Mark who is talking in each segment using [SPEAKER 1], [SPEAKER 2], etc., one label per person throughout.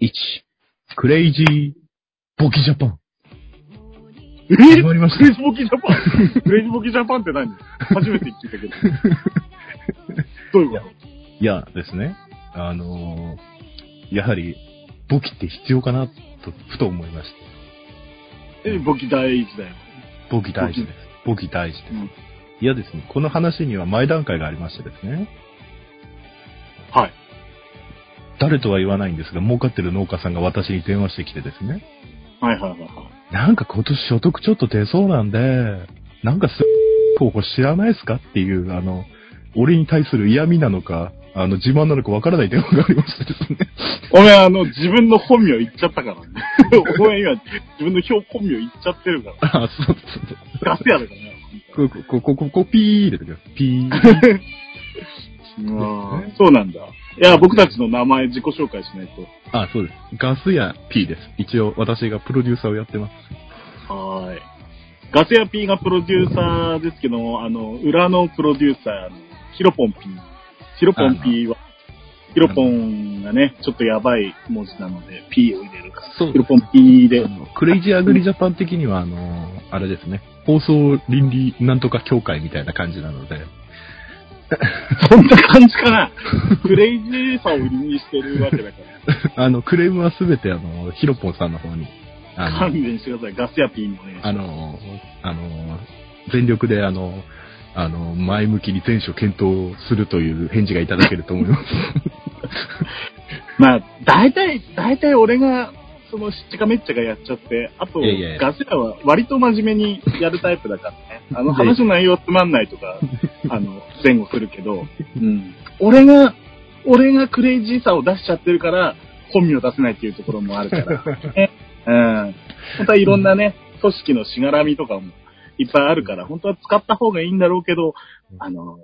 [SPEAKER 1] 1、クレイジー、ボキジャパン。
[SPEAKER 2] え
[SPEAKER 1] 始まりました
[SPEAKER 2] クレイジーボキジャパンクレイジーボキジャパンって何初めて聞いたけど。どういうこと
[SPEAKER 1] いや、ですね。あのーやはり、ボキって必要かな、と、ふと思いまし
[SPEAKER 2] え、ボキ大事だよ。
[SPEAKER 1] た。ボキ大事です。ボキ大事です。
[SPEAKER 2] うん
[SPEAKER 1] いやですね、この話には前段階がありましてですね、
[SPEAKER 2] はい。
[SPEAKER 1] 誰とは言わないんですが、儲かってる農家さんが私に電話してきてですね、
[SPEAKER 2] はいはいはいはい。
[SPEAKER 1] なんか今年所得ちょっと出そうなんで、なんかす、候補知らないですかっていう、あの、俺に対する嫌味なのか、あの、自慢なのかわからない電話がありましてですね。
[SPEAKER 2] 俺、あの、自分の本名言っちゃったからね。 お前今、自分の表本名言っちゃってるから。
[SPEAKER 1] あ、そうそう
[SPEAKER 2] ガスやだ
[SPEAKER 1] そ
[SPEAKER 2] からね。
[SPEAKER 1] う。こ、こ、こ、こ、こ、ピー入れてください。ピー。
[SPEAKER 2] うんそうなんだ。いや、僕たちの名前自己紹介しないと。
[SPEAKER 1] あ、そうです。ガスや P です。一応、私がプロデューサーをやってます。
[SPEAKER 2] はーい。ガセヤ P がプロデューサーですけど、あの、裏のプロデューサー、あのヒロポン P。ヒロポン P は、ヒロポンがね、ちょっとやばい文字なので、P を入れるから。
[SPEAKER 1] そう
[SPEAKER 2] ヒロポン P で
[SPEAKER 1] あ、のクレイジーアグリジャパン的には、あのあれですね、放送倫理なんとか協会みたいな感じなので、
[SPEAKER 2] そんな感じかな。クレイジーさを売りにしてるわけだから。
[SPEAKER 1] あの、クレームはすべて、あの、ヒロポンさんの方に、 あ
[SPEAKER 2] 勘
[SPEAKER 1] の、
[SPEAKER 2] 弁してください。ガスやピンもね。
[SPEAKER 1] あの、あの、全力で、あの、あの、前向きに全書検討するという返事がいただけると思います。
[SPEAKER 2] まあ、大体、大体俺が、その、しっちかめっちゃがやっちゃって、あと、
[SPEAKER 1] いやいやいや
[SPEAKER 2] ガス屋は割と真面目にやるタイプだからね。あの、話の内容つまんないとか、あの、前後するけど、うん。俺が、俺がクレイジーさを出しちゃってるから、本名出せないっていうところもあるから、ね。うん。本当はいろんなね、組織のしがらみとかもいっぱいあるから、本当は使った方がいいんだろうけど、あの、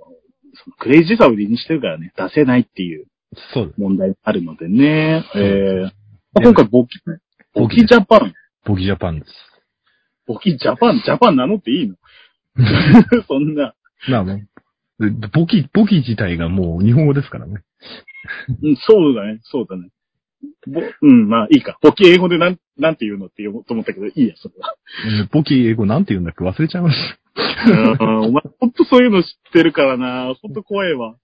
[SPEAKER 2] そのクレイジーさを売りにしてるからね、出せないっていう。
[SPEAKER 1] そうです。
[SPEAKER 2] 問題あるのでね。え
[SPEAKER 1] うん
[SPEAKER 2] ー今回ボ キ、ボキジャパン、
[SPEAKER 1] ボギジャパンです。
[SPEAKER 2] ボキジャパン、ジャパン名乗っていい のそんな、
[SPEAKER 1] まあもう、でボキ、ボキ自体がもう日本語ですからね。
[SPEAKER 2] うん、そうだね、そうだね。ぼうん、まあいいか。ボキ英語でなん、なんて言うのって言おうと思ったけど、いいや、それは。
[SPEAKER 1] えボキ英語なんて言うんだっけ忘れちゃいました。
[SPEAKER 2] うんお前、ほんとそういうの知ってるからな、ほんと怖いわ。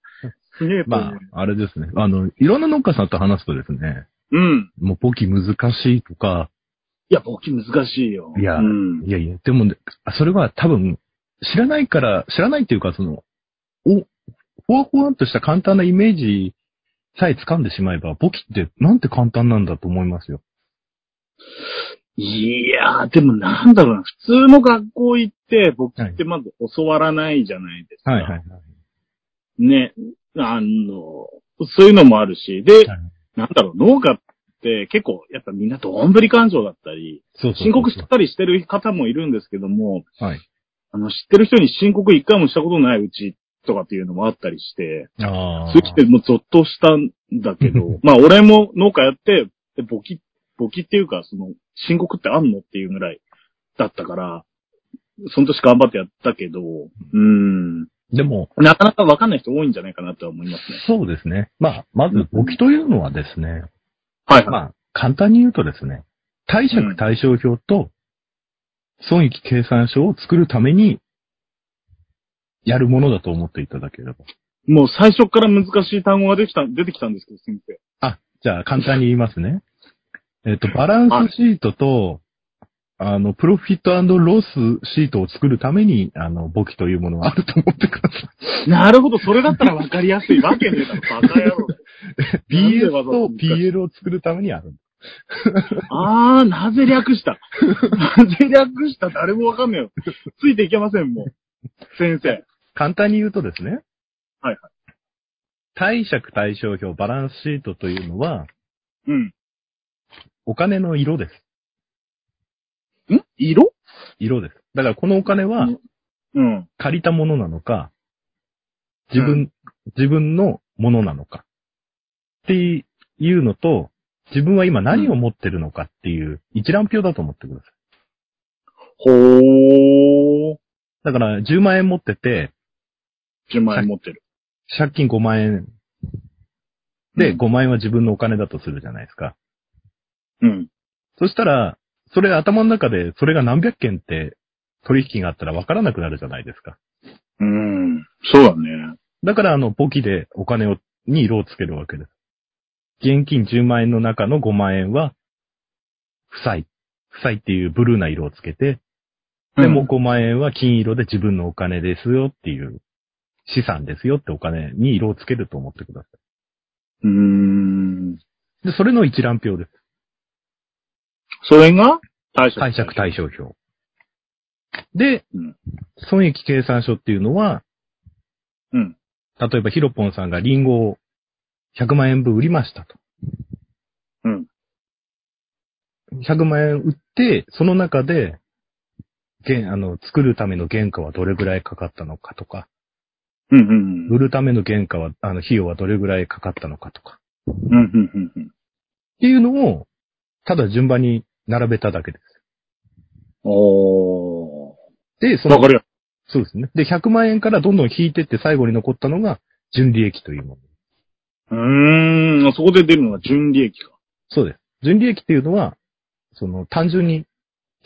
[SPEAKER 2] すげえと思う
[SPEAKER 1] まあ、あれですね。あの、いろんな農家さんと話すとですね、
[SPEAKER 2] うん。
[SPEAKER 1] もうボキ難しいとか、
[SPEAKER 2] いや、ボキ難しいよ。
[SPEAKER 1] いや
[SPEAKER 2] うん
[SPEAKER 1] い。やいや、でもね、あそれは多分、知らないから、知らないっていうか、その、お、ほわほわっとした簡単なイメージさえ掴んでしまえば、ボキってなんて簡単なんだと思いますよ。
[SPEAKER 2] いやー、でもなんだろうな、普通の学校行って、ボキってまず教わらないじゃないですか。
[SPEAKER 1] はいはいはい。
[SPEAKER 2] ね、あの、そういうのもあるし、で、
[SPEAKER 1] はい
[SPEAKER 2] なんだろう、農家って結構、やっぱみんなどんぶり感情だったり、
[SPEAKER 1] そうそうそうそう
[SPEAKER 2] 申告したりしてる方もいるんですけども、
[SPEAKER 1] はい。
[SPEAKER 2] あの、知ってる人に申告一回もしたことないうちとかっていうのもあったりして、
[SPEAKER 1] ああ。
[SPEAKER 2] そういうてもうゾッとしたんだけ ど、まあ俺も農家やって、でボキ、ボキっていうか、その、申告ってあんのっていうぐらいだったから、その年頑張ってやったけど、うん、
[SPEAKER 1] でも、
[SPEAKER 2] なかなかわかんない人多いんじゃないかなとは思いますね。
[SPEAKER 1] そうですね。まあ、まず、簿記というのはですね、
[SPEAKER 2] はいはい。
[SPEAKER 1] まあ、簡単に言うとですね、貸借対照表と損益計算書を作るためにやるものだと思っていただければ。
[SPEAKER 2] もう最初から難しい単語ができた、出てきたんですけど、先生。
[SPEAKER 1] あ、じゃあ簡単に言いますね。えっ、と、バランスシートと、あの、プロフィットロスシートを作るために、あの、簿記というものはあると思ってください。
[SPEAKER 2] なるほど、それだったらわかりやすいわけねえだろ、バカ野郎。 なんで
[SPEAKER 1] BS
[SPEAKER 2] わざ
[SPEAKER 1] と
[SPEAKER 2] わざ
[SPEAKER 1] PL を作るためにある。
[SPEAKER 2] あー、なぜ略した。なぜ略した誰もわかんないよ。ついていけません、もう。先生。
[SPEAKER 1] 簡単に言うとですね。
[SPEAKER 2] はい
[SPEAKER 1] 貸借対照表、バランスシートというのは、
[SPEAKER 2] うん。
[SPEAKER 1] お金の色です。
[SPEAKER 2] ん色
[SPEAKER 1] 色です。だからこのお金は
[SPEAKER 2] うんうん。
[SPEAKER 1] 借りたものなのか、自分、
[SPEAKER 2] う
[SPEAKER 1] 自分のものなのか。っていうのと、自分は今何を持ってるのかっていう一覧表だと思ってください。
[SPEAKER 2] ほー。
[SPEAKER 1] だから10万円持ってて、
[SPEAKER 2] 10万円持ってる。
[SPEAKER 1] 借金5万円で
[SPEAKER 2] うん
[SPEAKER 1] 5万円は自分のお金だとするじゃないですか。
[SPEAKER 2] うん。
[SPEAKER 1] そしたら、それ頭の中で、それが何百件って取引があったら分からなくなるじゃないですか。
[SPEAKER 2] うん。そうだね。
[SPEAKER 1] だから、あの、簿記でお金を、に色をつけるわけです。現金10万円の中の5万円は、負債。負債っていうブルーな色をつけて、で、もう5万円は金色で自分のお金ですよっていう、資産ですよってお金に色をつけると思ってくださ
[SPEAKER 2] うん。
[SPEAKER 1] い。で、それの一覧表です。
[SPEAKER 2] それが貸
[SPEAKER 1] 解
[SPEAKER 2] 借
[SPEAKER 1] 釈対象表。で
[SPEAKER 2] うん、
[SPEAKER 1] 損益計算書っていうのは、
[SPEAKER 2] うん。
[SPEAKER 1] 例えばヒロポンさんがリンゴを100万円分売りましたと。
[SPEAKER 2] うん。
[SPEAKER 1] 100万円売って、その中で、原あの、作るための原価はどれぐらいかかったのかとか、
[SPEAKER 2] うんうん
[SPEAKER 1] 売
[SPEAKER 2] うん。
[SPEAKER 1] るための原価は、あの、費用はどれぐらいかかったのかとか、
[SPEAKER 2] うんうんうんうん。
[SPEAKER 1] っていうのを、ただ順番に並べただけで
[SPEAKER 2] おー。
[SPEAKER 1] す。で、その
[SPEAKER 2] わかるよ。
[SPEAKER 1] そうですね。で、100万円からどんどん引いてって最後に残ったのが、純利益というもの。
[SPEAKER 2] うーん。そこで出るのが純利益か。
[SPEAKER 1] そうです。純利益っていうのは、その、単純に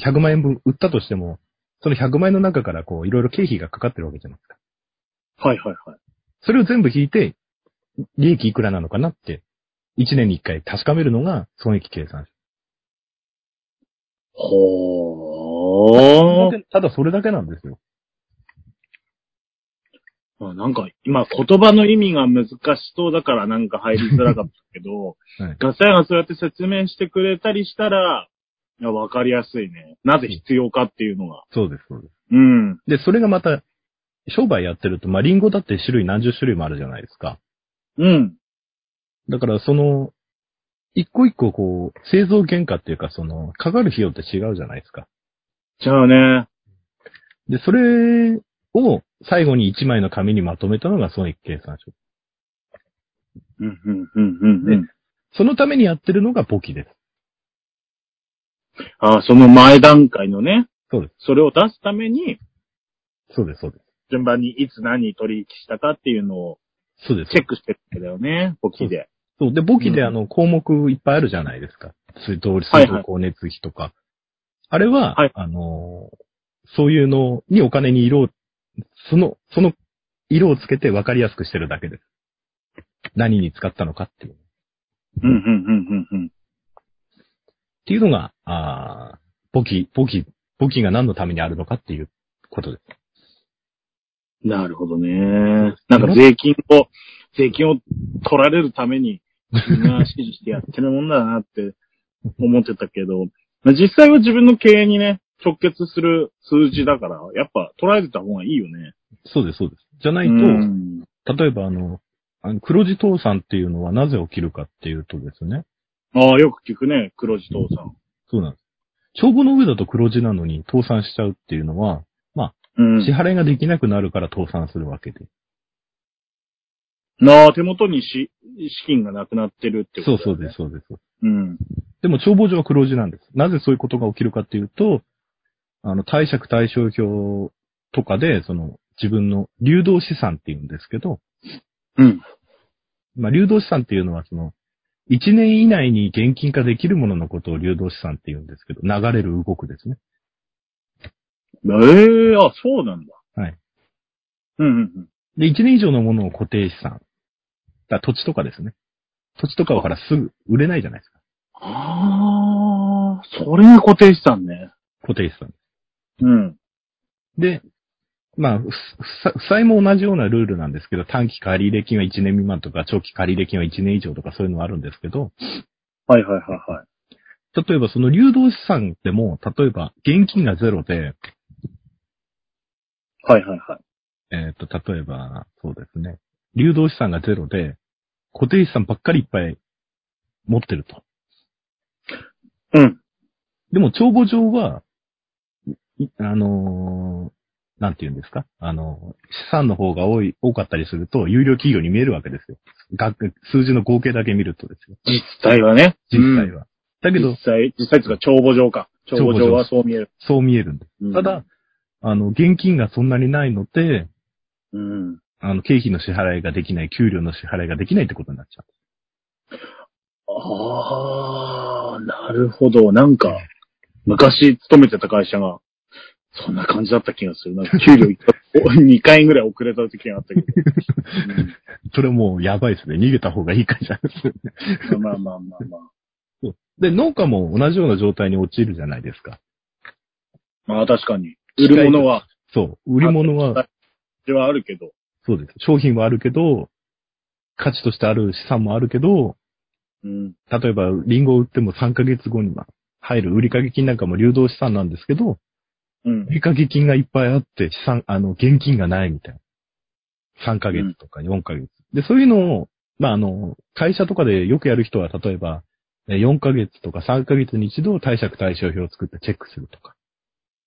[SPEAKER 1] 100万円分売ったとしても、その100万円の中からこう、いろいろ経費がかかってるわけじゃないですか。
[SPEAKER 2] はいはいはい。
[SPEAKER 1] それを全部引いて、利益いくらなのかなって、1年に1回確かめるのが損益計算
[SPEAKER 2] ほー。
[SPEAKER 1] 書。ただそれだけなんですよ。
[SPEAKER 2] まあなんか、今言葉の意味が難しそうだからなんか入りづらかったけど、
[SPEAKER 1] はい
[SPEAKER 2] ガサヤがそうやって説明してくれたりしたら、いやわかりやすいね。なぜ必要かっていうのが。
[SPEAKER 1] そうです、そうで
[SPEAKER 2] うん。
[SPEAKER 1] す。で、それがまた、商売やってると、まあ、リンゴだって種類何十種類もあるじゃないですか。
[SPEAKER 2] うん。
[SPEAKER 1] だから、その、一個一個こう、製造原価っていうか、その、かかる費用って違うじゃないですか。
[SPEAKER 2] じゃあね。
[SPEAKER 1] で、それを最後に1枚の紙にまとめたのが損益計算書。
[SPEAKER 2] うん、うん、うん、うんうん。
[SPEAKER 1] そのためにやってるのが簿記です。
[SPEAKER 2] ああ、その前段階のね。
[SPEAKER 1] そうです。
[SPEAKER 2] それを出すために、
[SPEAKER 1] そうです、そうです。
[SPEAKER 2] 順番にいつ何取引したかっていうのを
[SPEAKER 1] そうです。
[SPEAKER 2] チェックしてるんだよね。簿記で。
[SPEAKER 1] そう。で、簿記で
[SPEAKER 2] うん
[SPEAKER 1] あの、項目いっぱいあるじゃないですか。水道、
[SPEAKER 2] はい
[SPEAKER 1] 水道光熱費とか。あれは、
[SPEAKER 2] はい
[SPEAKER 1] あのー、そういうのにお金に色を、その、その色をつけて分かりやすくしてるだけです。何に使ったのかっていう。っ
[SPEAKER 2] うん、うん、うん、うん、うん。
[SPEAKER 1] ていうのが、あー簿記、簿記、簿記が何のためにあるのかっていうことです。
[SPEAKER 2] なるほどね。なんか税金を、税金を取られるために、みんな指示してやってるもんだなって思ってたけど、まあ実際は自分の経営にね、直結する数字だから、やっぱ捉えてた方がいいよね。
[SPEAKER 1] そうです、そうです。じゃないと、
[SPEAKER 2] うん
[SPEAKER 1] 例えばあの、あの黒字倒産っていうのはなぜ起きるかっていうとですね、
[SPEAKER 2] ああ、よく聞くね、黒字倒産。
[SPEAKER 1] そうなんです。帳簿の上だと黒字なのに倒産しちゃうっていうのは、
[SPEAKER 2] うん
[SPEAKER 1] 支。払いができなくなるから倒産するわけで。
[SPEAKER 2] なあ、手元にし、資金がなくなってるってこ
[SPEAKER 1] そう
[SPEAKER 2] と、
[SPEAKER 1] そうです、。そうです。
[SPEAKER 2] うん。
[SPEAKER 1] でも帳簿上は黒字なんです。なぜそういうことが起きるかっていうと、あの、貸借対照表とかで、その、自分の流動資産っていうんですけど、
[SPEAKER 2] うん。
[SPEAKER 1] まあ、流動資産っていうのは、その、1年以内に現金化できるもののことを流動資産っていうんですけど、流れる動くですね。
[SPEAKER 2] ええあ、そうなんだ。
[SPEAKER 1] はい。
[SPEAKER 2] うんうんうん。
[SPEAKER 1] で、1年以上のものを固定資産。だから土地とかですね。土地とかはほらすぐ売れないじゃないですか。
[SPEAKER 2] ああ、それが固定資産ね。
[SPEAKER 1] 固定資産。
[SPEAKER 2] うん。
[SPEAKER 1] で、まあ、ふふ負債も同じようなルールなんですけど、短期借入金は1年未満とか、長期借入金は1年以上とかそういうのはあるんですけど、
[SPEAKER 2] はいはいはいはい。
[SPEAKER 1] 例えばその流動資産でも、例えば現金がゼロで、
[SPEAKER 2] はいはいはい。
[SPEAKER 1] えっ、と、例えば、そうですね、流動資産がゼロで、固定資産ばっかりいっぱい持ってると。
[SPEAKER 2] うん。
[SPEAKER 1] でも帳簿上は、いあのーなんて言うんですかあのー資産の方が多い、多かったりすると、有料企業に見えるわけですよ。額数字の合計だけ見るとですよ。
[SPEAKER 2] 実際はね。
[SPEAKER 1] 実際は。だけ
[SPEAKER 2] うん。
[SPEAKER 1] ど
[SPEAKER 2] 実、際、実際というか、帳簿上か。帳簿上はそう見える。
[SPEAKER 1] そう見えるんです。
[SPEAKER 2] うん
[SPEAKER 1] ただ、、あの、現金がそんなにないので、
[SPEAKER 2] うん。
[SPEAKER 1] あの、経費の支払いができない、給料の支払いができないってことになっちゃ
[SPEAKER 2] ああ、ななるほど。なんか、昔勤めてた会社が、そんな感じだった気がする。なんか給料2 回ぐらい遅れた時があったけど。
[SPEAKER 1] それもうやばいですね。逃げた方がいい会社ですよね。
[SPEAKER 2] うんまあまあまあまあ。
[SPEAKER 1] で、農家も同じような状態に陥るじゃないですか。
[SPEAKER 2] まあ確かに。売るものは、
[SPEAKER 1] そう。売り物は、
[SPEAKER 2] ではあるけど。
[SPEAKER 1] そうです。商品はあるけど、価値としてある資産もあるけど、
[SPEAKER 2] うん。
[SPEAKER 1] 例えば、リンゴを売っても3ヶ月後には入る売掛金なんかも流動資産なんですけど、
[SPEAKER 2] うん
[SPEAKER 1] 売。掛金がいっぱいあって、資産、あの、現金がないみたいな。3ヶ月とか4ヶ月。で、そういうのを、まあ、あの、会社とかでよくやる人は、例えば、え4ヶ月とか3ヶ月に一度貸借対照表を作ってチェックするとか。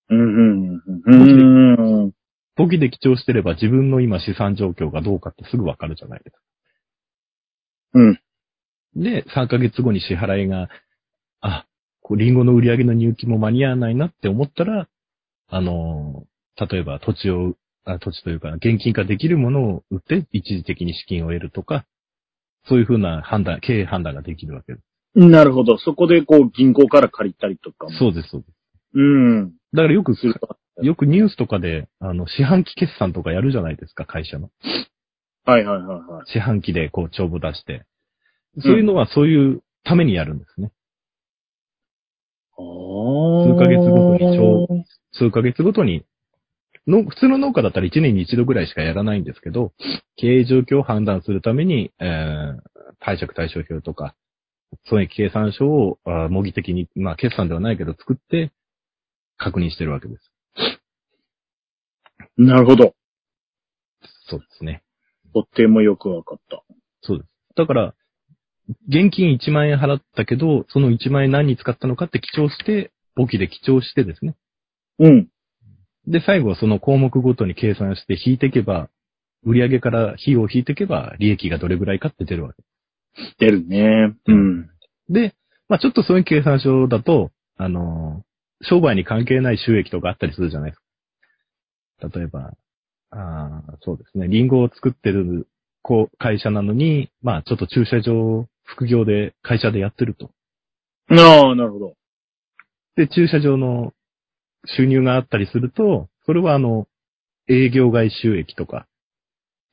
[SPEAKER 2] うん。うん。うん。
[SPEAKER 1] 簿記で記帳してれば自分の今資産状況がどうかってすぐわかるじゃないですか。
[SPEAKER 2] うん。
[SPEAKER 1] で、3ヶ月後に支払いが、あ、こうリンゴの売り上げの入金も間に合わないなって思ったら、あの、例えば土地を、あ土地というか、現金化できるものを売って一時的に資金を得るとか、そういうふうな判断、経営判断ができるわけです。
[SPEAKER 2] なるほど。そこでこう銀行から借りたりとかも。
[SPEAKER 1] そうです、そうです。
[SPEAKER 2] うん。
[SPEAKER 1] だからよく、
[SPEAKER 2] すると。
[SPEAKER 1] よくニュースとかで、あの、四半期決算とかやるじゃないですか、会社の。
[SPEAKER 2] はいはいはいはい。
[SPEAKER 1] 四半期でこう帳簿出して。そういうのはそういうためにやるんですね。
[SPEAKER 2] 数
[SPEAKER 1] ヶ月ごとに帳数ヶ月ごとに。の普通の農家だったら1年に1度ぐらいしかやらないんですけど、経営状況を判断するために、えー、貸借対照表とか、損益計算書をあー模擬的に、まあ決算ではないけど作って確認してるわけです。
[SPEAKER 2] なるほど。
[SPEAKER 1] そうですね。
[SPEAKER 2] とってもよくわかった。
[SPEAKER 1] そうです。だから、現金1万円払ったけど、その1万円何に使ったのかって記帳して、簿記で記帳してですね。
[SPEAKER 2] うん。
[SPEAKER 1] で、最後その項目ごとに計算して引いていけば、売上から費用を引いていけば、利益がどれぐらいかって出るわけ。
[SPEAKER 2] 出るね。うん。
[SPEAKER 1] で、まあちょっとそういう計算書だと、あのー商売に関係ない収益とかあったりするじゃないですか。例えば、あーそうですね、リンゴを作ってるこう会社なのに、まあちょっと駐車場を副業で会社でやってると。
[SPEAKER 2] ああ、なるほど。
[SPEAKER 1] で、駐車場の収入があったりすると、それはあの、営業外収益とか、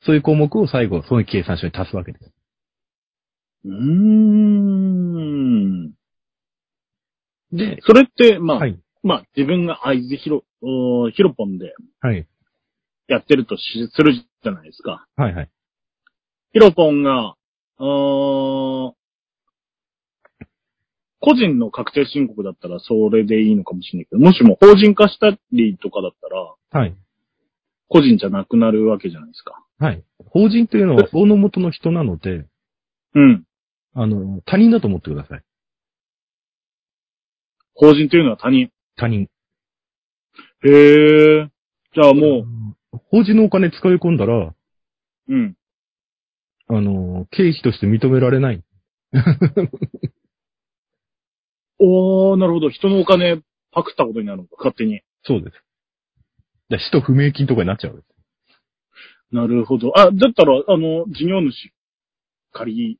[SPEAKER 1] そういう項目を最後、損益計算書に足すわけです。
[SPEAKER 2] うーん。
[SPEAKER 1] で、
[SPEAKER 2] それって、まあ、
[SPEAKER 1] はい。
[SPEAKER 2] まあ、自分が合図ひろ、おーひろぽんで
[SPEAKER 1] はい。
[SPEAKER 2] やってるとし、するじゃないですか。
[SPEAKER 1] はいはい。
[SPEAKER 2] ひろぽんが、おー個人の確定申告だったらそれでいいのかもしれないけど、もしも法人化したりとかだったら、
[SPEAKER 1] はい。
[SPEAKER 2] 個人じゃなくなるわけじゃないですか。
[SPEAKER 1] はい。法人というのは法の元の人なので、
[SPEAKER 2] うん。
[SPEAKER 1] あの、他人だと思ってください。
[SPEAKER 2] 法人というのは他人。
[SPEAKER 1] 他人。
[SPEAKER 2] へえ。じゃあも
[SPEAKER 1] う、法人のお金使い込んだら、
[SPEAKER 2] う、うん。
[SPEAKER 1] あの、経費として認められない。
[SPEAKER 2] おー、なるほど。人のお金パクったことになるのか、勝手に。
[SPEAKER 1] そうです。だ使途不明金とかになっちゃう。
[SPEAKER 2] なるほど。あ、だったら、あの、事業主、仮、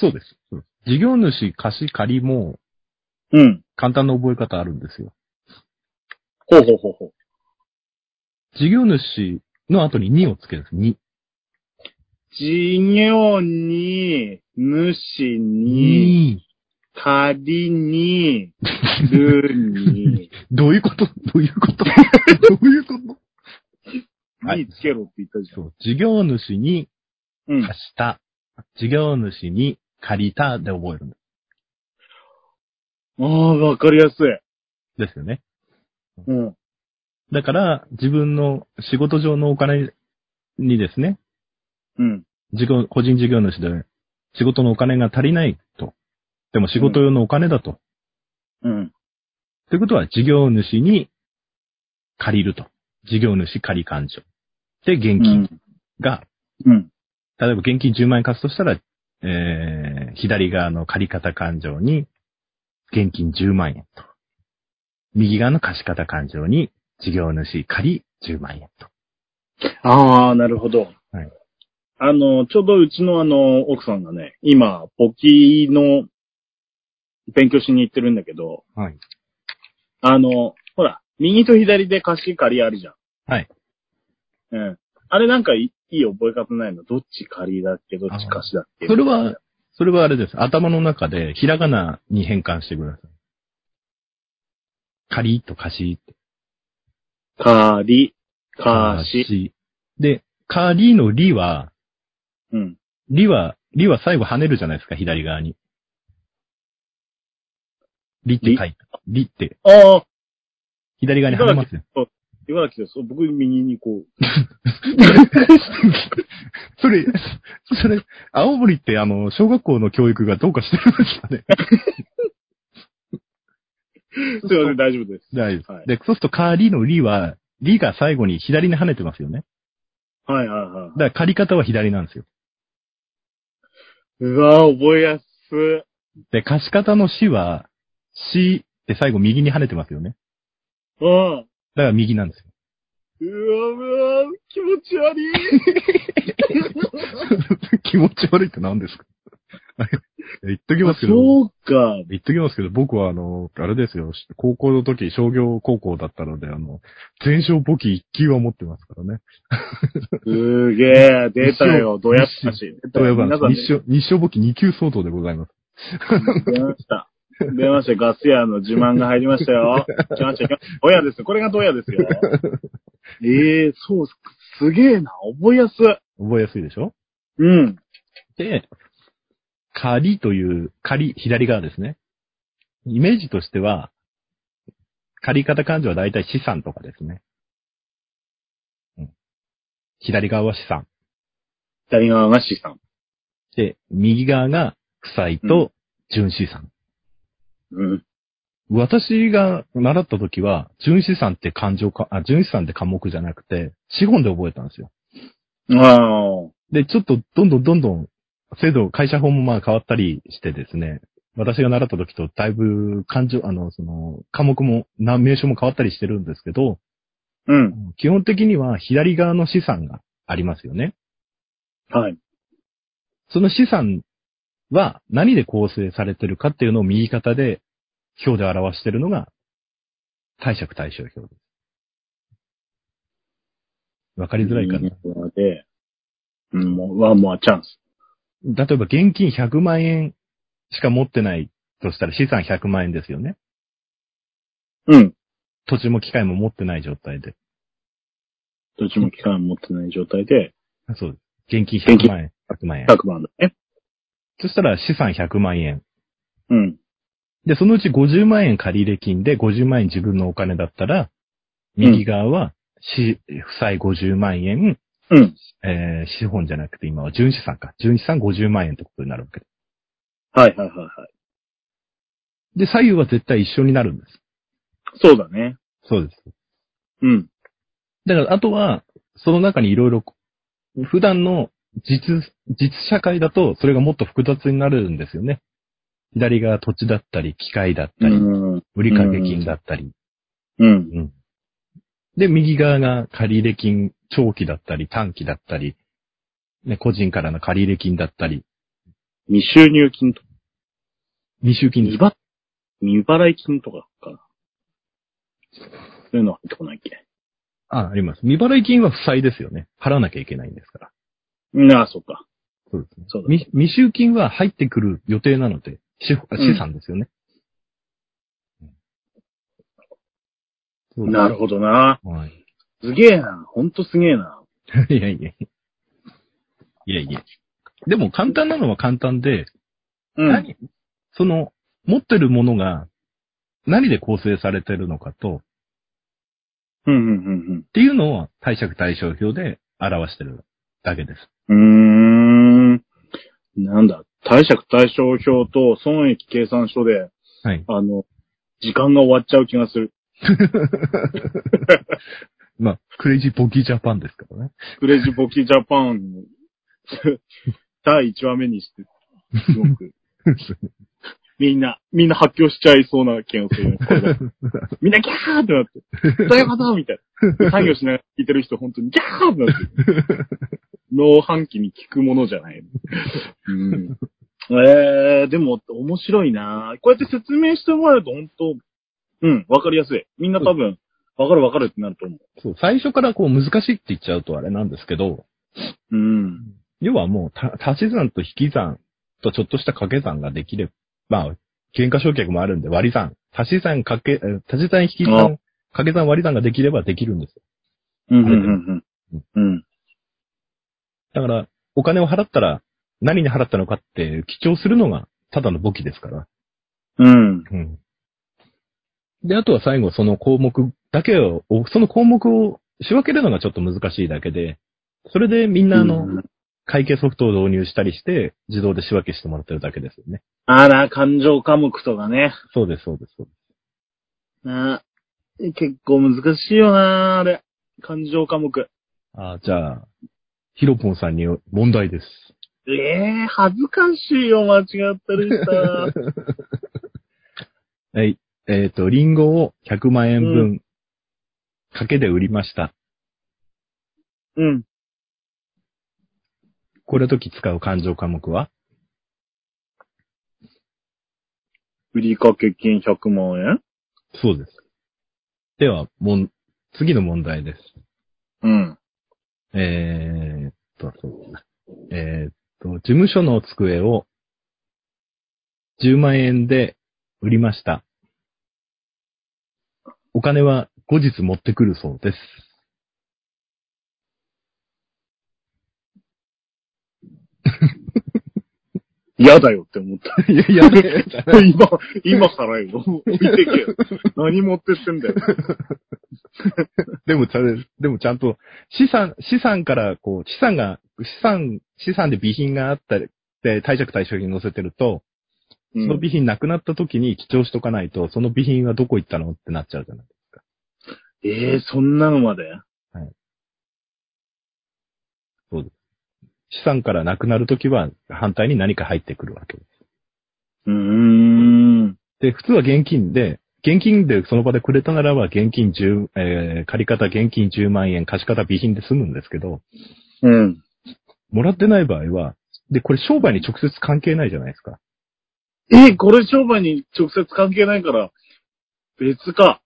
[SPEAKER 1] そうです。そうです事業主、貸し、借りも、
[SPEAKER 2] うん。
[SPEAKER 1] 簡単な覚え方あるんですよ。
[SPEAKER 2] ほうほうほうほう。
[SPEAKER 1] 事業主の後に2をつけるんです。2。
[SPEAKER 2] 事業に、主に、
[SPEAKER 1] 2。
[SPEAKER 2] 仮に、るに、
[SPEAKER 1] どういうことどういうことどういうこと はい
[SPEAKER 2] につけろって言ったじゃ
[SPEAKER 1] そ
[SPEAKER 2] ん。
[SPEAKER 1] う。事業主に
[SPEAKER 2] うん。
[SPEAKER 1] 貸した。事業主に借りたで覚えるんで
[SPEAKER 2] ああ、わかりやすい。
[SPEAKER 1] す。ですよね。
[SPEAKER 2] うん。
[SPEAKER 1] だから、自分の仕事上のお金にですね、
[SPEAKER 2] うん。
[SPEAKER 1] 事業、個人事業主で仕事のお金が足りないと。でも仕事用のお金だと。
[SPEAKER 2] うん。
[SPEAKER 1] ということは、事業主に借りると。事業主借り勘定。で、現金が
[SPEAKER 2] うん。
[SPEAKER 1] 例えば現金10万円貸すとしたら、えー、左側の借方勘定に現金10万円と。右側の貸方勘定に事業主借り10万円と。
[SPEAKER 2] ああ、なるほど。
[SPEAKER 1] はい。
[SPEAKER 2] あの、ちょうどうちのあの、奥さんがね、今、簿記の勉強しに行ってるんだけど、
[SPEAKER 1] はい。
[SPEAKER 2] あの、ほら、右と左で貸し借りあるじゃん。
[SPEAKER 1] はい。
[SPEAKER 2] うん。あれなんかいいい覚え方ないのどっち借りだっけどっち貸しだっけ
[SPEAKER 1] それは、それはあれです。頭の中で、ひらがなに変換してください。借りと貸しって。
[SPEAKER 2] 借り、貸し。
[SPEAKER 1] し。で、借りのりは、
[SPEAKER 2] うん。
[SPEAKER 1] りは、りは最後跳ねるじゃないですか、左側に。りって書いた。りって、
[SPEAKER 2] ああ、
[SPEAKER 1] 左側に跳ねますよ。
[SPEAKER 2] 茨城です。僕右にこう。
[SPEAKER 1] それ、それ、青森ってあの、小学校の教育がどうかしてるんです かね。
[SPEAKER 2] すいません、大丈夫です。
[SPEAKER 1] 大丈夫
[SPEAKER 2] はい
[SPEAKER 1] で、そうすると、借りのりは、りが最後に左に跳ねてますよね。
[SPEAKER 2] はいはいはい。
[SPEAKER 1] だから借り方は左なんですよ。
[SPEAKER 2] うわぁ、覚えやすい。
[SPEAKER 1] で、貸し方のしは、しって最後右に跳ねてますよね。
[SPEAKER 2] うん。
[SPEAKER 1] だから右なんですよ。
[SPEAKER 2] うわうわ気持ち悪い。
[SPEAKER 1] 気持ち悪いって何ですか 言っときますけど。
[SPEAKER 2] そうか。
[SPEAKER 1] 言っときますけど、僕はあの、あれですよ、高校の時、商業高校だったので、あの、全勝簿記一級は持ってますからね。
[SPEAKER 2] すげえ、出たよ。
[SPEAKER 1] 日
[SPEAKER 2] どやったし。
[SPEAKER 1] といえば、
[SPEAKER 2] 皆さんね、
[SPEAKER 1] 日照、日照簿記二級相当でございます。
[SPEAKER 2] 出ました。出ました。ガス屋の自慢が入りましたよ。来ました来ましたドヤです。これがドヤです よ。ええそう、すすげえな。覚えやすい。
[SPEAKER 1] 覚えやすいでしょ
[SPEAKER 2] うん。
[SPEAKER 1] で、仮という、仮、左側ですね。イメージとしては、借り方漢字は大体資産とかですね。うん、左側は資産。
[SPEAKER 2] 左側が資産。
[SPEAKER 1] で、右側が負債と純資産。
[SPEAKER 2] うん。
[SPEAKER 1] 私が習った時は、純資産って感情か、あ、純資産って科目じゃなくて、資本で覚えたんですよ。
[SPEAKER 2] ああ。
[SPEAKER 1] で、ちょっとどんどんどんどん、制度、会社法もまあ変わったりしてですね、私が習った時とだいぶ感情、あの、その、科目も、な名称も変わったりしてるんですけど、
[SPEAKER 2] うん。
[SPEAKER 1] 基本的には左側の資産がありますよね。
[SPEAKER 2] はい。
[SPEAKER 1] その資産は何で構成されてるかっていうのを右肩で表で表してるのが、貸借対照表です。わかりづらいかな。
[SPEAKER 2] で、うん、もう、ワンモアチャンス。
[SPEAKER 1] 例えば現金100万円しか持ってないとしたら資産100万円ですよね。
[SPEAKER 2] うん。
[SPEAKER 1] 土地も機械も持ってない状態で。
[SPEAKER 2] どっちも期間持ってない状態で、
[SPEAKER 1] そうです。現金100万円、100万円。
[SPEAKER 2] 100万だね。
[SPEAKER 1] そしたら資産100万円。
[SPEAKER 2] うん。
[SPEAKER 1] で、そのうち50万円借入金で50万円自分のお金だったら、右側は、し、負債50万円、
[SPEAKER 2] うん。
[SPEAKER 1] えー、資本じゃなくて今は純資産か。純資産50万円ってことになるわけで
[SPEAKER 2] はいはいはいはい。
[SPEAKER 1] す。で、左右は絶対一緒になるんです。
[SPEAKER 2] そうだね。
[SPEAKER 1] そうです。
[SPEAKER 2] うん。
[SPEAKER 1] だから、あとは、その中にいろいろ、普段の実、実社会だと、それがもっと複雑になるんですよね。左側土地だったり、機械だったり、
[SPEAKER 2] うん。
[SPEAKER 1] 売り掛け金だったり。
[SPEAKER 2] うん。
[SPEAKER 1] で、右側が借入金、長期だったり、短期だったり、ね、個人からの借入金だったり、
[SPEAKER 2] 未収入金とか、
[SPEAKER 1] 未収金です。
[SPEAKER 2] 未払未払い金とかかな。そういうの入ってこないっけ。
[SPEAKER 1] あ、あります。未払い金は負債ですよね。払わなきゃいけないんですから。
[SPEAKER 2] うんああ、そっか。
[SPEAKER 1] そうですね。
[SPEAKER 2] そうだ。
[SPEAKER 1] 未未収金は入ってくる予定なので、資
[SPEAKER 2] ん
[SPEAKER 1] 資産ですよね。
[SPEAKER 2] なるほどな。
[SPEAKER 1] ど。はい。
[SPEAKER 2] すげえな。ほんとすげえな。
[SPEAKER 1] いやいやいや。いやいや。でも簡単なのは簡単で、
[SPEAKER 2] うん。
[SPEAKER 1] 何、その、持ってるものが何で構成されてるのかと、
[SPEAKER 2] うん、うん、
[SPEAKER 1] っていうのを貸借対照表で表してるだけです。
[SPEAKER 2] うん、うん。うーん。なんだ。貸借対照表と損益計算書で、
[SPEAKER 1] はい。
[SPEAKER 2] あの、時間が終わっちゃう気がする。
[SPEAKER 1] まあ、クレイジーボギージャパンですからね。
[SPEAKER 2] クレイジーボキジャパン、 第1話目にして、すごく、みんな、みんな発表しちゃいそうな気がする、ねこれだと。みんなギャーってなって、どういうことみたいな。作業しながら聞いてる人、本当にギャーってなってる。脳半期に聞くものじゃない。うん。えー、でも、面白いなこうやって説明してもらえると、本当うん、わかりやすい。みんな多分、わかるわかるってなると思う。
[SPEAKER 1] そう、最初からこう難しいって言っちゃうとあれなんですけど、
[SPEAKER 2] うん。
[SPEAKER 1] 要はもうた足し算と引き算とちょっとした掛け算ができれば、まあ、喧嘩償却もあるんで割り算、足し算掛け、え足し算引き算、掛け算割り算ができればできるんですよ。
[SPEAKER 2] うん、うん、うん。うん。
[SPEAKER 1] だから、お金を払ったら何に払ったのかって記帳するのがただの簿記ですから。
[SPEAKER 2] うん。
[SPEAKER 1] うん。で、あとは最後その項目だけを、おその項目を仕分けるのがちょっと難しいだけで、それでみんなあの、会計ソフトを導入したりして、自動で仕分けしてもらってるだけですよね。
[SPEAKER 2] あら、感情科目とかね。
[SPEAKER 1] そうです、そうです、そうで
[SPEAKER 2] な結構難しいよなあれ。感情科目。
[SPEAKER 1] す。ああ、じゃあ、ヒロポンさんに問題 です。
[SPEAKER 2] ええー、恥ずかしいよ、間違ったりした ら。
[SPEAKER 1] はい。えっ、と、リンゴを100万円分、賭けで売りました。
[SPEAKER 2] うん。
[SPEAKER 1] これ時使う勘定科目は
[SPEAKER 2] 売掛金100万円
[SPEAKER 1] そうです。では、もん、次の問題です。
[SPEAKER 2] うん。
[SPEAKER 1] えー、っと、そうだなえー、っと、事務所の机を10万円で売りました。お金は後日持ってくるそうです。
[SPEAKER 2] 嫌だよって 思った。
[SPEAKER 1] いや、いや、
[SPEAKER 2] 今、今からよ。置いてけよ。何持ってってんだよ。
[SPEAKER 1] でも、ちゃんでもちゃんと、資産、資産から、こう、資産が、資産、資産で備品があったり、で、貸借対象品に載せてると、そ
[SPEAKER 2] う
[SPEAKER 1] の
[SPEAKER 2] ん、
[SPEAKER 1] 備品なくなった時に記帳しとかないと、その備品はどこ行ったのってなっちゃうじゃない。
[SPEAKER 2] ええー、そんなのまで
[SPEAKER 1] 資産からなくなるときは反対に何か入ってくるわけです。
[SPEAKER 2] うーん。
[SPEAKER 1] で、普通は現金で、現金でその場でくれたならば現金10、えー借り方現金10万円、貸し方備品で済むんですけど、
[SPEAKER 2] うん。
[SPEAKER 1] もらってない場合は、で、これ商売に直接関係ないじゃないですか。
[SPEAKER 2] え、これ商売に直接関係ないから、別か。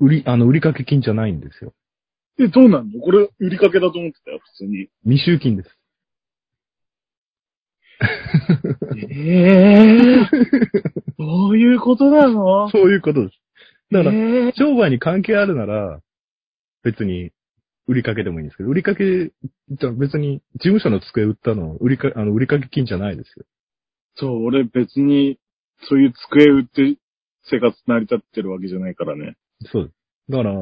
[SPEAKER 1] 売り、あの、売掛金じゃないんですよ。
[SPEAKER 2] え、どうなんのこれ、売りかけだと思ってたよ、普通に。
[SPEAKER 1] 未収金です。
[SPEAKER 2] ええー。どういうことなの
[SPEAKER 1] そういうことです。だから、
[SPEAKER 2] えー
[SPEAKER 1] 商売に関係あるなら、別に、売りかけでもいいんですけど、売りかけ、じゃ別に、事務所の机売ったの、売りか、あの、売りかけ金じゃないですよ。
[SPEAKER 2] そう、俺別に、そういう机売って生活成り立ってるわけじゃないからね。
[SPEAKER 1] そうです。だから、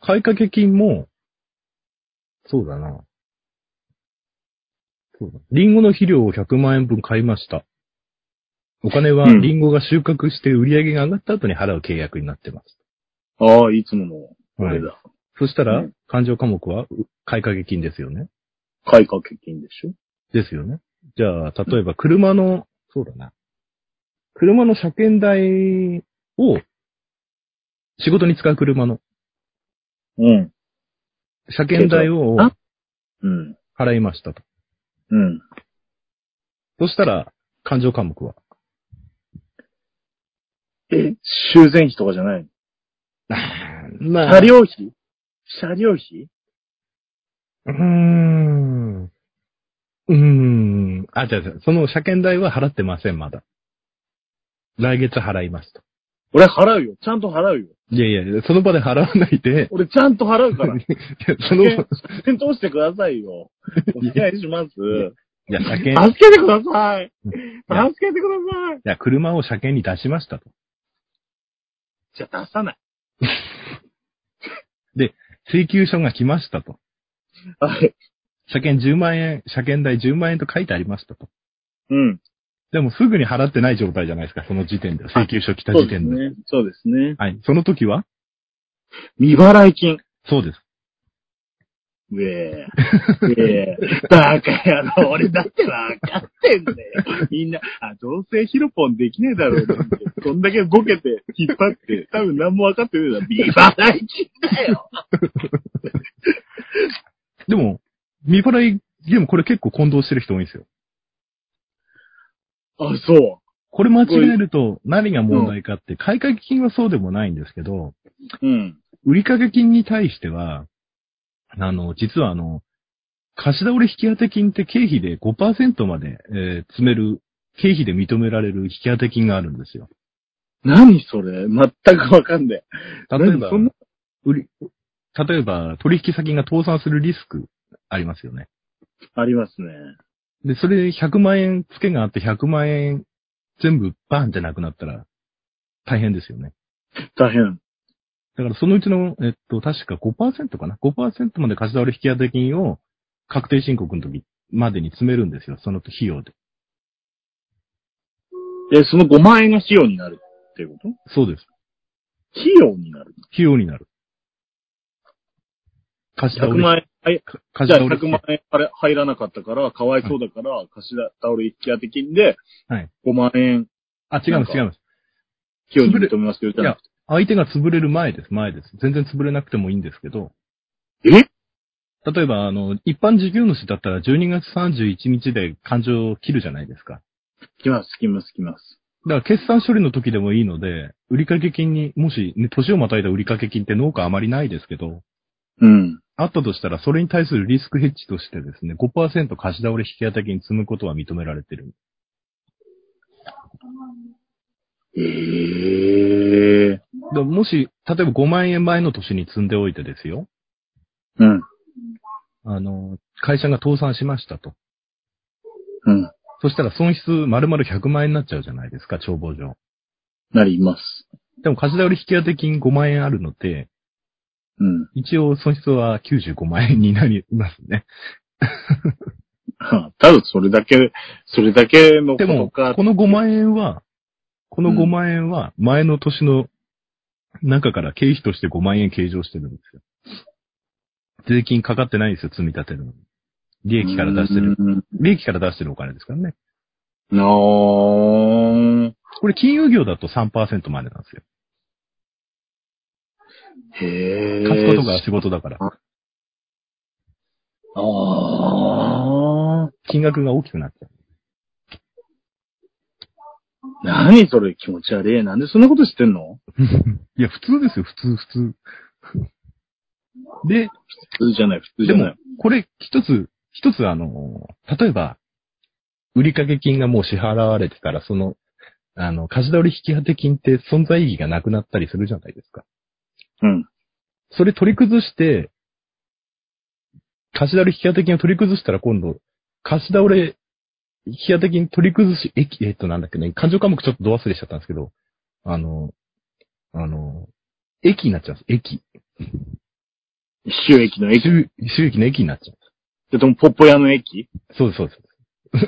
[SPEAKER 1] 買掛金も、そうだな。そうだ。リンゴの肥料を100万円分買いました。お金は
[SPEAKER 2] うん
[SPEAKER 1] リンゴが収穫して売り上げが上がった後に払う契約になってます。
[SPEAKER 2] ああ、いつもの、あれだ。
[SPEAKER 1] そしたら
[SPEAKER 2] うん、
[SPEAKER 1] 勘定科目はう買掛金ですよね。
[SPEAKER 2] 買いかけ金でしょ
[SPEAKER 1] ですよね。じゃあ、例えば車の、そうだな。車の車検代を、仕事に使う車の
[SPEAKER 2] うん。
[SPEAKER 1] 車検代を
[SPEAKER 2] あうん。
[SPEAKER 1] 払いましたと。
[SPEAKER 2] うん。
[SPEAKER 1] そしたら、勘定科目は
[SPEAKER 2] え、修繕費とかじゃないの
[SPEAKER 1] ま
[SPEAKER 2] 車両費車両費
[SPEAKER 1] うーん。うーん。あ、違う違う。その車検代は払ってません、まだ。来月払いますと。
[SPEAKER 2] 俺払うよ。ちゃんと払うよ。
[SPEAKER 1] いやいや、その場で払わないで、
[SPEAKER 2] 俺ちゃんと払 うから。
[SPEAKER 1] いや その、い
[SPEAKER 2] 検討してくださいよ。お願いします。
[SPEAKER 1] や、車検、い
[SPEAKER 2] 助けてください。助
[SPEAKER 1] や、い
[SPEAKER 2] けてください。
[SPEAKER 1] や車を車検に出しましたと。
[SPEAKER 2] じゃあ出さない。
[SPEAKER 1] 請求書が来ましたと。
[SPEAKER 2] はい。
[SPEAKER 1] 車検10万円、車検代10万円と書いてありましたと。
[SPEAKER 2] うん。
[SPEAKER 1] でもすぐに払ってない状態じゃないですか、その時点で。請求書来た
[SPEAKER 2] そう
[SPEAKER 1] 時
[SPEAKER 2] です
[SPEAKER 1] 点で。
[SPEAKER 2] ね。そうですね。
[SPEAKER 1] はい。その時は
[SPEAKER 2] 未払い金。
[SPEAKER 1] そうです。
[SPEAKER 2] うええ。うええ。バカ野郎、俺だってわかってんだよ。みんな、あ、どうせヒロポンできねえだろうなんて。こんだけボケて、引っ張って、多分何もわかってねえだろ。ビバライキだよ。
[SPEAKER 1] でも、未払い、でもこれ結構混同してる人多いんですよ。
[SPEAKER 2] あ、そ
[SPEAKER 1] これ間違えると何が問題かって、買掛金はそうでもないんですけど、
[SPEAKER 2] う。うん。
[SPEAKER 1] 売掛金に対しては、あの、実はあの、貸し倒れ引当金って経費で5%まで、えー詰める、経費で認められる引当金があるんですよ。
[SPEAKER 2] 何それ全くわかんねえ。
[SPEAKER 1] 例えば
[SPEAKER 2] 何そん、な、
[SPEAKER 1] 売り、例えば取引先が倒産するリスクありますよね。
[SPEAKER 2] ありますね。
[SPEAKER 1] で、それ100万円付けがあって100万円全部バーンってなくなったら大変ですよね。
[SPEAKER 2] 大変。
[SPEAKER 1] だからそのうちの、えっと、確か5%かな ?5% まで貸し倒れ引当金を確定申告の時までに詰めるんですよ。その費用で。
[SPEAKER 2] え、その5万円が費用になるっていうこと
[SPEAKER 1] そうです。
[SPEAKER 2] 費用になる
[SPEAKER 1] 費用になる。貸し倒
[SPEAKER 2] ?100
[SPEAKER 1] れ、
[SPEAKER 2] 万円、はい、
[SPEAKER 1] 貸
[SPEAKER 2] じゃ
[SPEAKER 1] し
[SPEAKER 2] あ
[SPEAKER 1] 倒れ
[SPEAKER 2] 100万円あれ入らなかったから、かわいそうだから、貸し倒れ一気当て金で、
[SPEAKER 1] はい
[SPEAKER 2] 5万円
[SPEAKER 1] あ、違います、
[SPEAKER 2] なんか
[SPEAKER 1] 違います。
[SPEAKER 2] 費用に認めますけど、じゃなくて
[SPEAKER 1] 相手が潰れる前です、前です。全然潰れなくてもいいんですけど、
[SPEAKER 2] え
[SPEAKER 1] 例えば、あの、一般事業主だったら12月31日で勘定を切るじゃないですか。
[SPEAKER 2] 来ます、来ます、来ます。
[SPEAKER 1] だから決算処理の時でもいいので、売掛金に、もし、ね、年をまたいだ売掛金って農家あまりないですけど、
[SPEAKER 2] うん。
[SPEAKER 1] あったとしたら、それに対するリスクヘッジとしてですね、5%貸し倒れ引き当た金に積むことは認められてる。
[SPEAKER 2] ええ
[SPEAKER 1] だからもし、例えば5万円前の年に積んでおいてですよ、
[SPEAKER 2] うん、
[SPEAKER 1] あの、会社が倒産しましたと。
[SPEAKER 2] うん。
[SPEAKER 1] そしたら損失丸々100万円になっちゃうじゃないですか、帳簿上。
[SPEAKER 2] なります。
[SPEAKER 1] でも貸し倒れ引き当て金5万円あるので、
[SPEAKER 2] うん。
[SPEAKER 1] 一応損失は95万円になりますね。
[SPEAKER 2] はあただそれだけ、それだけのこ
[SPEAKER 1] で
[SPEAKER 2] と
[SPEAKER 1] も、
[SPEAKER 2] か。
[SPEAKER 1] この5万円は、この
[SPEAKER 2] うん
[SPEAKER 1] 5万円は前の年の中から経費として5万円計上してるんですよ。税金かかってないんですよ、積み立てるのに。利益から出してる。
[SPEAKER 2] うん。
[SPEAKER 1] 利益から出してるお金ですからね。
[SPEAKER 2] なー
[SPEAKER 1] これ金融業だと3%までなんですよ。
[SPEAKER 2] へえ。
[SPEAKER 1] 貸すことが仕事だから。
[SPEAKER 2] ああ。
[SPEAKER 1] 金額が大きくなっちゃう。
[SPEAKER 2] 何それ気持ち悪い。なんでそんなことしてんの
[SPEAKER 1] いや、普通ですよ、普通、普通。で、
[SPEAKER 2] 普通じゃない、普通じ
[SPEAKER 1] で
[SPEAKER 2] ゃな
[SPEAKER 1] も
[SPEAKER 2] い。、
[SPEAKER 1] これ一つ、一つあの、例えば、売掛金がもう支払われてたら、その、あの、貸し倒れ引き当て金って存在意義がなくなったりするじゃないですか。
[SPEAKER 2] うん。
[SPEAKER 1] それ取り崩して、貸し倒れ引き当て金を取り崩したら今度、貸し倒れ引き当て金取り崩し、え、えっと、なんだっけね、勘定科目ちょっとど忘れしちゃったんですけど、あの、あの、益になっちゃうんです、益。
[SPEAKER 2] 収益の駅。
[SPEAKER 1] 収収益の益になっちゃう。
[SPEAKER 2] でとも、ポッポ屋の駅
[SPEAKER 1] そうです、そうです。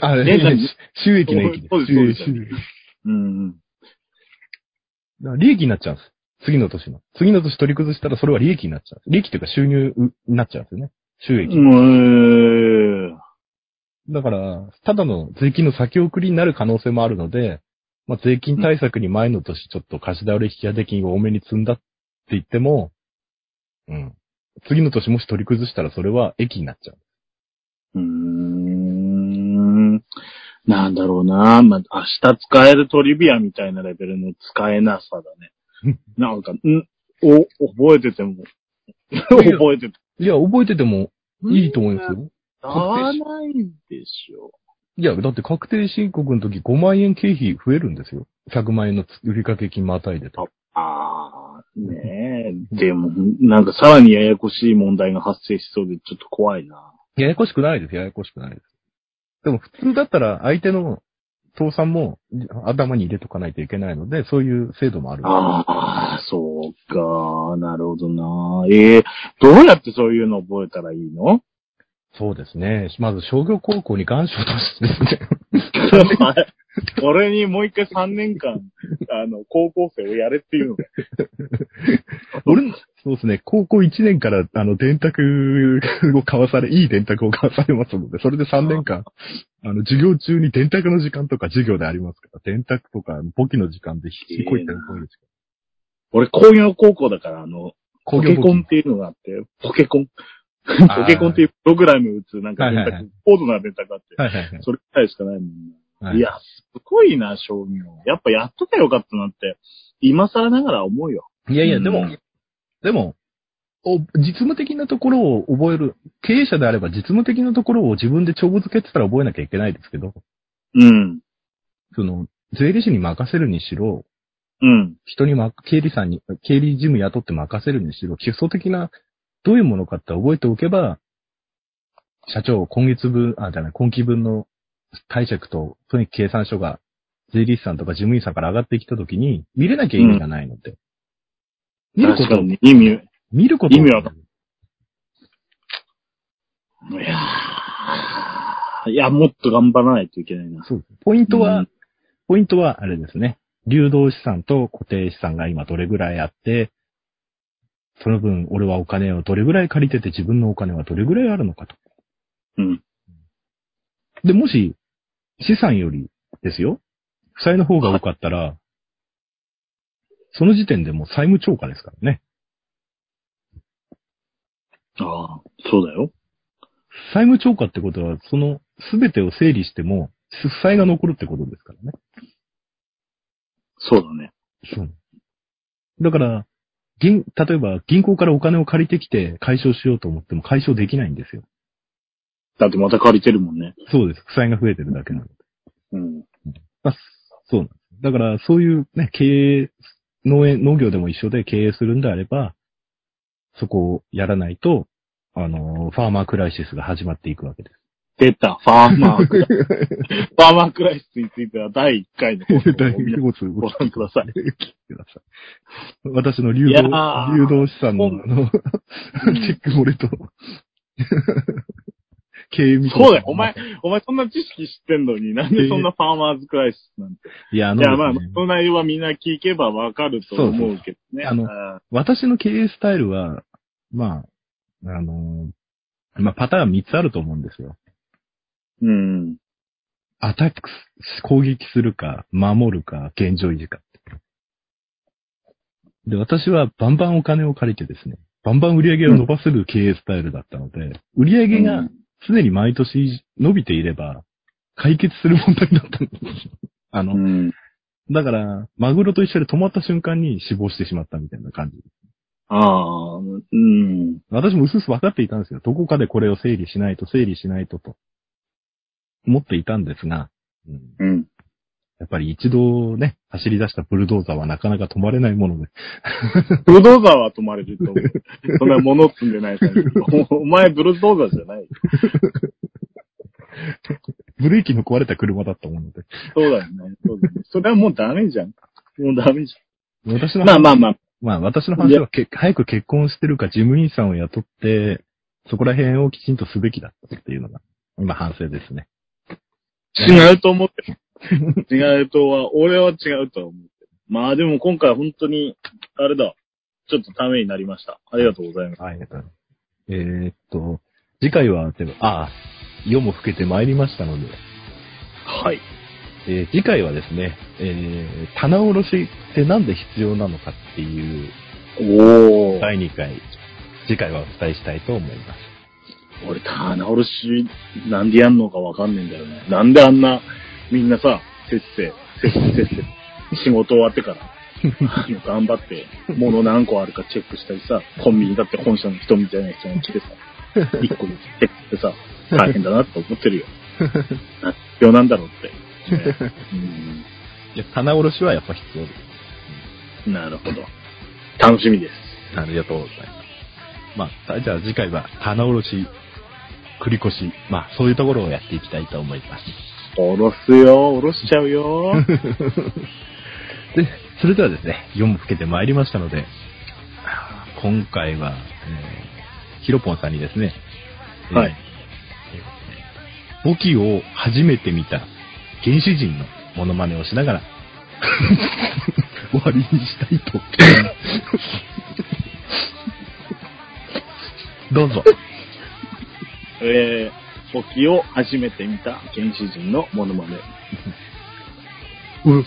[SPEAKER 1] あ、
[SPEAKER 2] え 何
[SPEAKER 1] し収益の益
[SPEAKER 2] そうですそう
[SPEAKER 1] 収
[SPEAKER 2] で
[SPEAKER 1] 益
[SPEAKER 2] す
[SPEAKER 1] 収益
[SPEAKER 2] うん。
[SPEAKER 1] だから利益になっちゃうんです。次の年の。次の年取り崩したらそれは利益になっちゃう。利益というか収入になっちゃうんですよね。収
[SPEAKER 2] う
[SPEAKER 1] 益。
[SPEAKER 2] ーん。
[SPEAKER 1] だから、ただの税金の先送りになる可能性もあるので、まあ、税金対策に前の年ちょっと貸し倒れ引き当て金を多めに積んだって言っても、うん。次の年もし取り崩したらそれは益になっちゃう。
[SPEAKER 2] うーん。なんだろうな。まあ、明日使えるトリビアみたいなレベルの使えなさだ ね。なんか、んお、覚えてても。覚えてて
[SPEAKER 1] いや、覚えてても
[SPEAKER 2] も。
[SPEAKER 1] いいと思いますよ。
[SPEAKER 2] 使わないでしょ。
[SPEAKER 1] いや、だって確定申告の時5万円経費増えるんですよ。100万円の売掛金またいでと。
[SPEAKER 2] ああ、ねえ。でも、なんかさらにややこしい問題が発生しそうで、ちょっと怖いな。
[SPEAKER 1] ややこしくないです、ややこしくないです。でも普通だったら相手の倒産も頭に入れとかないといけないので、そういう制度もある。
[SPEAKER 2] ああ、そうか。なるほどな。ええどうやってそういうの覚えたらいい の
[SPEAKER 1] そうですね。まず商業高校に願書としてですね。
[SPEAKER 2] 俺にもう一回3年間、あの、高校生をやれっていうのが。
[SPEAKER 1] 俺の、そうですね。高校1年から、あの、電卓を買わされ、いい電卓を買わされますので、それで3年間、あの、授業中に電卓の時間とか授業でありますから、電卓とか、簿記の時間で引きこいたりこういう時間。
[SPEAKER 2] 俺、工業高校だから、あの、
[SPEAKER 1] 工
[SPEAKER 2] ポケ
[SPEAKER 1] 業
[SPEAKER 2] コン
[SPEAKER 1] 簿
[SPEAKER 2] っていうのがあって、ポケコン。
[SPEAKER 1] あー
[SPEAKER 2] ポケコンっていうプログラム打つ、なんか
[SPEAKER 1] はい
[SPEAKER 2] 電
[SPEAKER 1] はい
[SPEAKER 2] 卓、
[SPEAKER 1] はい
[SPEAKER 2] 高度な電卓があって
[SPEAKER 1] 記。、はいはいはい。
[SPEAKER 2] それくらいしかないもん。
[SPEAKER 1] はい
[SPEAKER 2] いや、すごいな、将棋を。やっぱやっとけばよかったなって、今更ながら思うよ。
[SPEAKER 1] いやいや、
[SPEAKER 2] うん
[SPEAKER 1] でも、でも、お実務的なところを覚える、経営者であれば実務的なところを自分で帳簿付けって言ったら覚えなきゃいけないですけど、
[SPEAKER 2] うん。
[SPEAKER 1] その、税理士に任せるにしろ、
[SPEAKER 2] うん。
[SPEAKER 1] 人に、ま、経理さんに、経理事務雇って任せるにしろ、基礎的な、どういうものかって覚えておけば、社長、今月分、あ、じゃない、今期分の貸借と、とにかく計算書が、税理士さんとか事務員さんから上がってきたときに、見れなきゃ意味がないので。見るこ
[SPEAKER 2] 確か
[SPEAKER 1] と、
[SPEAKER 2] に意味、いや
[SPEAKER 1] 見ることを
[SPEAKER 2] 意味わかーいや、もっと頑張らないといけないな。
[SPEAKER 1] そう。ポイントは、
[SPEAKER 2] うん
[SPEAKER 1] ポイントはあれですね。流動資産と固定資産が今どれぐらいあって、その分俺はお金をどれぐらい借りてて自分のお金はどれぐらいあるのかと。
[SPEAKER 2] うん。
[SPEAKER 1] で、もし、資産よりですよ。負債の方が多かったら、その時点でもう債務超過ですからね。
[SPEAKER 2] ああ、そうだよ。
[SPEAKER 1] 債務超過ってことは、その全てを整理しても、負債が残るってことですからね。
[SPEAKER 2] そうだね。
[SPEAKER 1] そう。だから、銀、例えば銀行からお金を借りてきて解消しようと思っても解消できないんですよ。
[SPEAKER 2] だってまた借りてるもんね。
[SPEAKER 1] そうです。負債が増えてるだけなので。
[SPEAKER 2] うん。
[SPEAKER 1] まあ、そうなんです。だから、そういうね、経営、農園、農業でも一緒で経営するんであれば、そこをやらないと、あの、ファーマークライシスが始まっていくわけです。
[SPEAKER 2] 出た、ファーマー クライス。ファーマークライスについては第1回の放 送を皆さんご覧ください。
[SPEAKER 1] 聞いてください。私の流動
[SPEAKER 2] いや、ー
[SPEAKER 1] 流動資産の、
[SPEAKER 2] 本
[SPEAKER 1] あの、チ
[SPEAKER 2] ん
[SPEAKER 1] ェック漏れと、 経営見込み
[SPEAKER 2] そうだよ、お前。、お前そんな知識知ってんのに、なんでそんなファーマーズクライシスなんて。
[SPEAKER 1] いや、あ
[SPEAKER 2] い
[SPEAKER 1] の
[SPEAKER 2] や、まあ
[SPEAKER 1] ですね、
[SPEAKER 2] その内容はみんな聞けばわかると思うけどね。
[SPEAKER 1] そうそう
[SPEAKER 2] あ
[SPEAKER 1] 私の経営スタイルは、まあ、あのー、まあ、パターン3つあると思うんですよ。
[SPEAKER 2] ーうん。
[SPEAKER 1] アタックす、攻撃するか、守るか、現状維持か。で、私はバンバンお金を借りてですね、バンバン売り上げを伸ばせる経営スタイルだったので、売り上げが常に毎年伸びていれば、解決する問題だったんです。 あ
[SPEAKER 2] う
[SPEAKER 1] の、
[SPEAKER 2] ん。
[SPEAKER 1] だから、マグロと一緒で止まった瞬間に死亡してしまったみたいな感じ。
[SPEAKER 2] ああ、うん。
[SPEAKER 1] 私もうすうす分かっていたんですよ。どこかでこれを整理しないと、整理しないとと。思っていたんですが、うん
[SPEAKER 2] うん。
[SPEAKER 1] やっぱり一度ね、走り出したブルドーザーはなかなか止まれないもので。
[SPEAKER 2] ブルドーザーは止まれると思う。 そんな物積んでないから。おお前ブルドーザーじゃない。
[SPEAKER 1] ブレーキの壊れた車だと思うので。
[SPEAKER 2] そうだよね。そうだよね。それはもうダメじゃん。もうダメじ
[SPEAKER 1] 私の
[SPEAKER 2] ゃん。まあ
[SPEAKER 1] 話、
[SPEAKER 2] まあまあ。
[SPEAKER 1] まあ私の話はけ早く結婚してるか事務員さんを雇って、そこら辺をきちんとすべきだったっていうのが、今反省ですね。
[SPEAKER 2] 違うと思ってる。違うとは、俺は違うとは思ってる。まあでも今回本当に、あれだ。ちょっとためになりました。ありがとうございます。
[SPEAKER 1] はい。えーっと、次回は、でもああ、夜も更けてまいりましたので、
[SPEAKER 2] はい。
[SPEAKER 1] えー次回はですね、えー棚卸しってなんで必要なのかっていう
[SPEAKER 2] おお。
[SPEAKER 1] 第2回、次回はお伝えしたいと思います。
[SPEAKER 2] 俺、棚卸し、なんでやんのかわかんねえんだよね。なんであんな、みんなさ、せっせ、せっせ、せっせ、仕事終わってから、あの頑張って、物何個あるかチェックしたりさ、コンビニだって本社の人みたいな人が来てさ、一個ずつチェックしてさ、大変だなって思ってるよ。な必要なんだろうって。ね
[SPEAKER 1] いや、棚卸しはやっぱ必要で
[SPEAKER 2] うん、なるほど。楽しみです。
[SPEAKER 1] す。ありがとうございます。まあ、じゃあ次回は棚卸し、繰り越し、まあそういうところをやっていきたいと思います。
[SPEAKER 2] おろすよ、おろしちゃうよ。
[SPEAKER 1] で、それではですね、4も更けてまいりましたので、今回は、えー、ヒロポンさんにですね、えー
[SPEAKER 2] はい。
[SPEAKER 1] 簿記を初めて見た原始人のモノマネをしな がら、終わりにしたいと。どうぞ。
[SPEAKER 2] えー、簿記を初めて見た原始人のモノマネ。う、う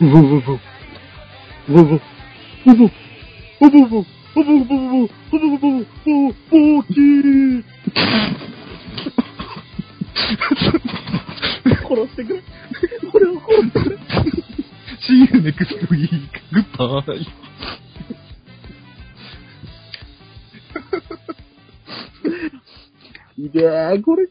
[SPEAKER 2] ぼぼぼ。うぼぼ。うぼぼ。うぼぼ。うぼぼぼぼ。うぼぼぼぼ。ぼぼきー。殺してくれ。俺を殺してくれ。
[SPEAKER 1] See you next week. Goodbye.
[SPEAKER 2] いやー、これ、いやー